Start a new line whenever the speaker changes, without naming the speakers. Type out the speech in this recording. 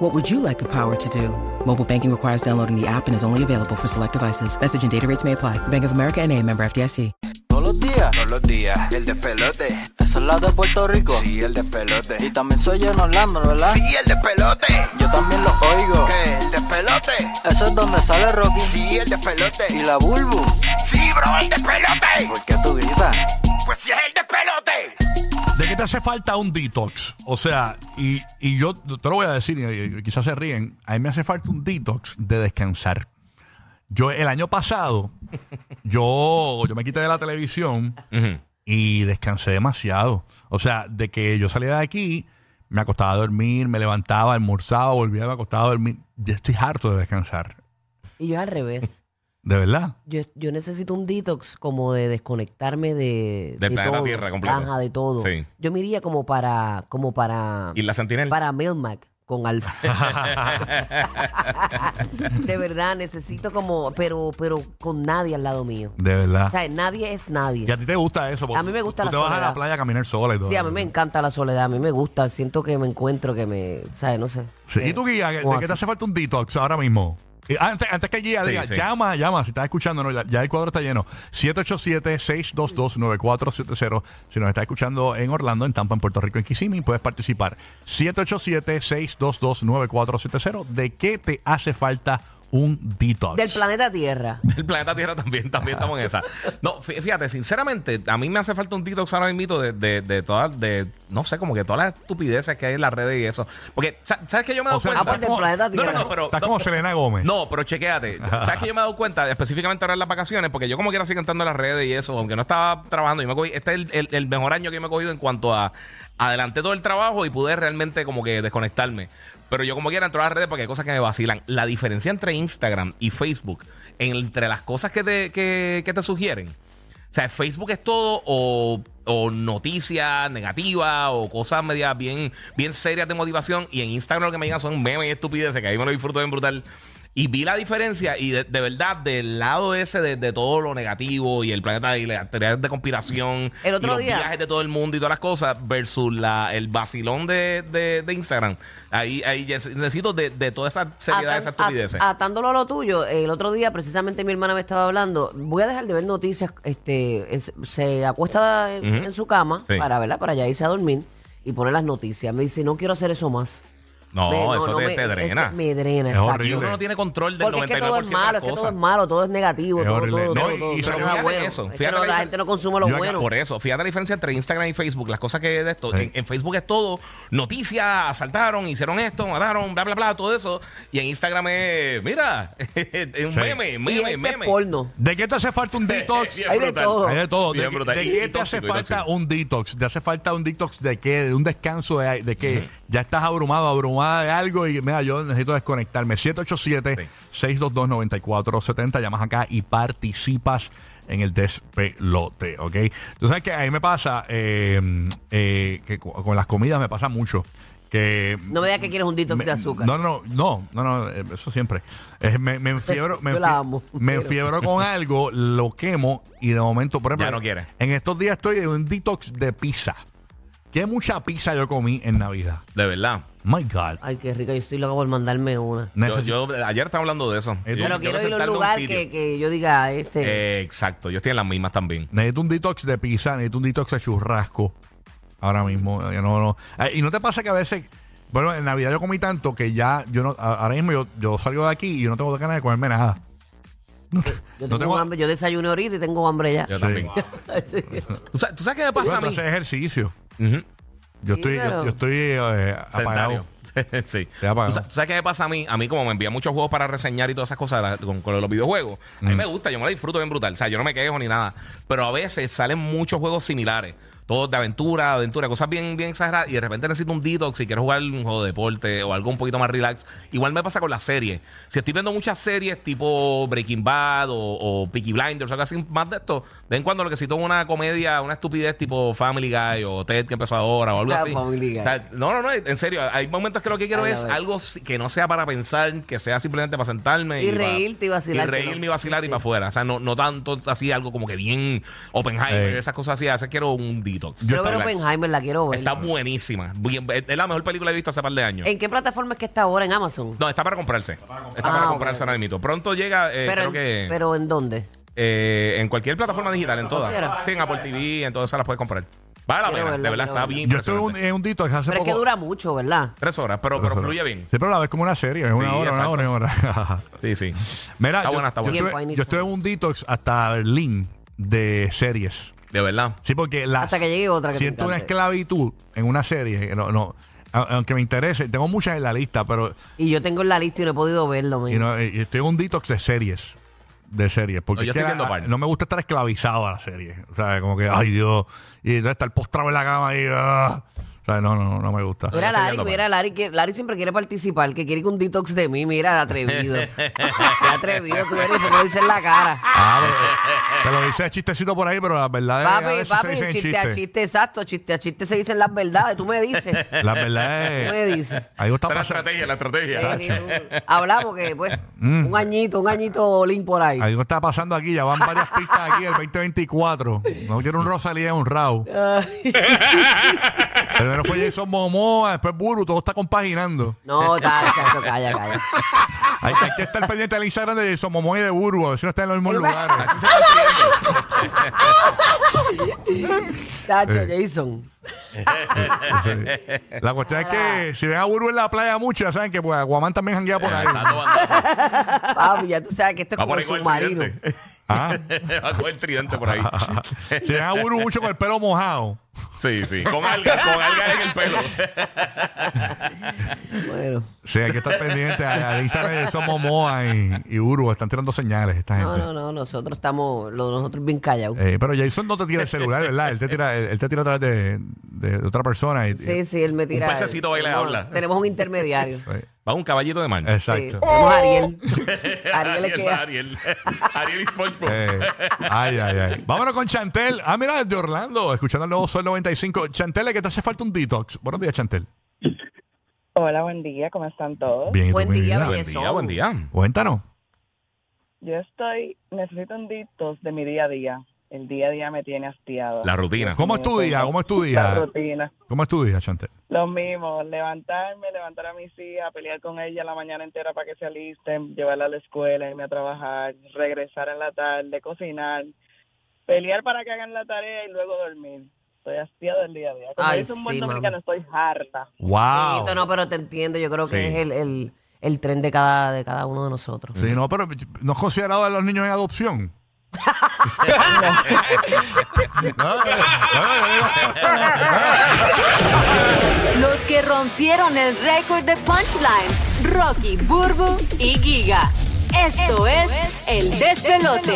What would you like the power to do? Mobile banking requires downloading the app and is only available for select devices. Message and data rates may apply. Bank of America and a member FDIC.
Todos los días,
Todos los días, el despelote.
eso es la de Puerto Rico.
Sí, el despelote.
Y también soy en Orlando, ¿verdad?
Sí, el despelote.
Yo también los oigo.
¿Qué? El despelote.
Eso es donde sale Rocky
Sí, el
y
despelote.
la Bulbu.
Sí, bro, el despelote.
¿Por qué tú gritas?
Pues sí, es el despelote.
¿De qué te hace falta un detox? O sea, y, y yo te lo voy a decir, y, y quizás se ríen, a mí me hace falta un detox de descansar. Yo el año pasado, yo, yo me quité de la televisión y descansé demasiado. O sea, de que yo salía de aquí, me acostaba a dormir, me levantaba, almorzaba, volvía, me acostaba a dormir. Ya estoy harto de descansar,
Y yo al revés.
de verdad.
Yo, yo necesito un detox como de desconectarme de,
Del planeta Tierra completo.
Ajá, de todo.
Sí.
Yo me iría como para, como para,
Y la sentinela.
para Melmac con Alfa. de verdad, necesito como, pero, pero con nadie al lado mío.
De
O
verdad.
sea, nadie es nadie.
Y a ti te gusta eso. porque
A mí me
tú
gusta la
te vas a la
soledad.
playa a caminar sola y todo.
Sí, a mí me encanta la soledad, a mí me gusta, siento que me encuentro, que me, ¿sabes? No sé. Eh,
Sí, ¿Y tú, Guía, de
¿Cómo
qué te
haces?
hace falta un detox ahora mismo? Eh, Antes, antes que Guía
Sí,
diga,
sí.
llama, llama, si estás escuchando, no, ya, ya el cuadro está lleno. 787-622-9470. Si nos estás escuchando en Orlando, en Tampa, en Puerto Rico, en Kissimmee, puedes participar. 787-622-9470. ¿De qué te hace falta un detox?
Del planeta Tierra.
El planeta Tierra también,
Ah.
también estamos en esa. No, fí- fíjate, sinceramente, a mí me hace falta un detox ahora mismo de, de, de todas, de, no sé, como que todas las estupideces que hay en las redes y eso. Porque, sa- ¿sabes que yo me he
O
dado
sea,
cuenta?
ah, por
pues del planeta
no, no,
Tierra.
no, pero...
Estás
no,
como Selena Gómez.
No, pero chequéate. ¿Sabes que yo me he dado cuenta, específicamente ahora en las vacaciones, porque yo como quiera sigo entrando en las redes y eso, aunque no estaba trabajando, yo me cogí- este es el, el- el mejor año que yo me he cogido en cuanto a adelanté todo el trabajo y pude realmente como que desconectarme. Pero yo como quiera entro a las redes porque hay cosas que me vacilan. La diferencia entre Instagram y Facebook, entre las cosas que te, que- que te sugieren, o sea, Facebook es todo o, o noticias negativas o cosas medias bien, bien serias de motivación. Y en Instagram lo que me llegan son memes y estupideces, que ahí me lo disfruto bien brutal. Y vi la diferencia y de, de verdad, del lado ese de, de todo lo negativo y el planeta y las teorías de conspiración
El otro
y los
día.
viajes de todo el mundo y todas las cosas versus la, el vacilón de, de- de Instagram. Ahí, ahí ya necesito de, de toda esa seriedad de
Atan-
esas
at-
estupideces.
atándolo a lo tuyo, el otro día precisamente mi hermana me estaba hablando, voy a dejar de ver noticias, este, es- se acuesta en,
Ujú.
en su cama
Sí.
para, ¿verdad? Para ya irse a dormir y poner las noticias. Me dice, no quiero hacer eso más.
no,
Me-
eso te,
me-
te drena.
este, me drena,
Es
exacto.
y
horrible.
uno no tiene control del
Porque es que
99%
todo es malo, es
de
que
las
todo es
cosas.
malo, todo es negativo,
Es
todo,
horrible.
todo,
No,
todo,
y-
todo,
y se
todo no
acaba
está
de
bueno.
eso.
Es que
Fíjate
no-
la
la
diferencia.
gente no consume lo
Yo acá-
bueno.
Por eso, fíjate la diferencia entre Instagram y Facebook, las cosas que de esto.
Sí.
En, en Facebook es todo, noticias, asaltaron, hicieron esto, mataron, bla, bla, bla, todo eso. Y en Instagram es, mira, es un
Sí.
meme,
Y
meme,
ese es
meme.
porno.
¿De qué te hace falta un detox?
Bien
Hay de
brutal.
todo.
Hay de todo.
Bien
¿De,
brutal.
de
Y-
qué
y
te hace
tóxico, y
falta
tóxico.
un detox? ¿Te hace falta un detox de qué? ¿De un descanso de, de qué? Ya estás abrumado, abrumada de algo y mira, yo necesito desconectarme. 787-622-9470. Llamas acá y participas en el despelote, ¿ok? Tú sabes que a mí me pasa, eh, eh, que cu- con las comidas me pasa mucho, que...
No me digas que
Mm,
quieres un detox
me-
de azúcar.
No, no, no, no, no, eh, eso siempre. Eh, me, me enfiebro, me,
Yo
enfie-
la amo,
me
pero-
enfiebro con algo, lo quemo y de momento, por ejemplo,
Ya no quiere.
en estos días estoy en un detox de pizza. Qué mucha pizza yo comí en Navidad.
De verdad.
My God.
Ay, qué rica, yo estoy loco por mandarme una.
Yo,
Necesito-
yo- ayer estaba hablando de eso.
Pero
Yo- yo
Pero quiero ir a
sentarme
un
en
lugar
sitio.
que, que yo diga, este...
Eh, exacto, yo estoy en las mismas también.
Necesito un detox de pizza, necesito un detox de churrasco. Ahora mismo, eh, no, no. Eh, Y no te pasa que a veces, bueno, en Navidad yo comí tanto que ya, yo no, a- ahora mismo yo, yo salgo de aquí y yo no tengo ganas de comerme nada. No, te-
Yo,
no
tengo hambre, yo desayuné ahorita y tengo hambre ya.
Yo también. ¿Tú, sabes, tú sabes qué me pasa
Bueno,
a
tú
mí?
haces ejercicio.
Ujú.
Yo
Sí,
estoy, yo-
pero-
yo, estoy eh, apagado.
Sedentario. sí.
Estoy apagado.
¿Tú sa- tú sabes qué me pasa a mí? A mí, como me envía muchos juegos para reseñar y todas esas cosas la- con, con los videojuegos,
Mm.
a mí me gusta, yo me la disfruto bien brutal. O sea, yo no me quejo ni nada. Pero a veces salen muchos juegos similares. todo de aventura, aventura, cosas bien, bien exageradas. Y de repente necesito un detox si quiero jugar un juego de deporte o algo un poquito más relax. Igual me pasa con las series. Si estoy viendo muchas series tipo Breaking Bad o, o Peaky Blinders o algo así, más de esto, de vez en cuando lo que necesito es una comedia, una estupidez tipo Family Guy o Ted que empezó ahora o algo
Ah,
así.
Family Guy.
O sea, no, no, no, en serio. Hay momentos que lo que quiero
Ay, a
es
ver.
algo si- que no sea para pensar, que sea simplemente para sentarme.
Y
para-
reírte y vacilar,
Y
que no.
reírme y vacilar
Sí,
y
sí.
para afuera. O sea, no, no tanto así, algo como que bien Oppenheimer,
Ey.
esas cosas así. A veces quiero un detox.
Yo quiero
Relax.
Oppenheimer, la quiero ver.
Está buenísima. Bien- es es la mejor película que he visto hace par de años.
¿En qué plataforma es que está ahora? ¿En Amazon?
No, está para comprarse. Está para,
Ah, ok,
comprarse
ok.
ahora mismo. Pronto llega, eh,
pero,
creo que
en, pero ¿en dónde?
eh, en cualquier plataforma digital, en
Cualquiera.
todas. Sí, en Apple TV, en todas esas las puedes comprar. Vale la
Quiero
pena,
verla,
de
quiero
verdad, está
verla.
bien.
Yo estuve en un,
impresionante.
en un detox hace
Pero es
poco.
que dura mucho, ¿verdad?
Tres horas, pero, pero
Eso no.
fluye bien.
Sí, pero la ves como una serie, es una
Sí,
hora,
exacto.
una hora, una hora.
Sí, sí.
Mira,
Está
yo,
buena, está
yo
buena.
estuve-
Tiempo, hay ni
yo estuve en un detox hasta Berlín de series.
De verdad.
Sí, porque las-
Hasta que llegue otra que te
siento una
encante.
esclavitud en una serie. que No, no, a- aunque me interese, tengo muchas en la lista, pero
Y yo tengo en la lista y no he podido verlo. man.
y no, eh, estoy en un detox de series. De series, porque
No, yo
es que
estoy viendo
la-
par.
no me gusta estar esclavizado a la serie. O sea, como que, ay Dios, y entonces estar postrado en la cama y. ah. o sea, no, no, no me gusta.
Mira
estoy
Lari,
viendo,
mira Lari, que Lari siempre quiere participar, que quiere que un detox de mí, mira, atrevido. Qué atrevido, tú eres, porque lo dices en la cara.
Ah, pero- te lo dice de chistecito por ahí, pero la verdad es
Papi, papi, chiste, a chiste, exacto, chiste a chiste se dicen las verdades, tú me dices.
La verdad es.
tú me dices.
Algo está
Esa es
pasando.
la estrategia, la estrategia. Ah,
Sí, tú- Eh, hablamos que, pues, un añito, un añito link por ahí.
Algo está pasando aquí, ya van varias pistas aquí del 2024. No quiero un Rosalía, un Rau. Primero fue Jason Momoa, después Buru, todo está compaginando.
No, está, está, calla, calla.
Hay, hay que estar pendiente del Instagram de Jason Momoa y de Buru, a ver si no están en los mismos lugares.
Tacho, Jason.
La cuestión es que si ven a Buru en la playa mucho, ya saben que pues, Guamán también janguea por ahí.
Está tomando-
Papi, ya tú sabes que esto es
Va
como
por
el
ahí con el
submarino.
tridente.
Ah.
Va a coger el tridente por ahí.
Si ven a Buru mucho con el pelo mojado.
Sí, sí. Con algas, con algas en el pelo.
Bueno.
Sí, hay que estar pendiente a- al Instagram de Jason Momoa y, y Buru. Están tirando señales esta gente.
No, no, no, nosotros estamos, lo- nosotros bien callados.
Eh, pero Jason no te tira el celular, ¿verdad? Él te tira, él, él te tira a través de, de otra persona. y-
Sí, sí, él me tira.
pececito baila y
No,
habla.
Tenemos un intermediario.
Sí,
Va un caballito de mar.
Sí,
eh, exacto.
tenemos a Ariel. Ariel es que.
Eh. Ariel. Ariel y SpongeBob.
Eh, ay, ay, ay. Vámonos con Chantel. Ah, mira, de Orlando, escuchando el nuevo Sol 95. Chantel, es que te hace falta un detox. Buenos días, Chantel.
Hola, buen día, ¿cómo están todos?
Bien, ¿y tú,
Buen
mi
día,
vida?
belleza.
Buen día, buen día.
Cuéntanos.
Yo estoy, necesito un dictos de mi día a día. El día a día me tiene hastiado.
La rutina.
¿Cómo es tu día? ¿Cómo es tu
La
día?
rutina.
¿Cómo es tu día, Chantel?
Lo mismo, levantarme, levantar a mis hijas, pelear con ellas la mañana entera para que se alisten, llevarla a la escuela, irme a trabajar, regresar en la tarde, cocinar, pelear para que hagan la tarea y luego dormir. Estoy hastiado el día a día. Como
Ay,
dice un buen
sí, mami.
dominicano, estoy harta.
¡Wow!
Sí, no, pero te entiendo, yo creo que
Ah. Sí.
es el, el, el tren de cada, de cada uno de nosotros.
Sí, no, pero no has considerado a los niños en adopción. No, no,
Ah.
no, no, no.
Los que rompieron el récord de punchline, Rocky, Burbu y Giga. Esto es El Despelote.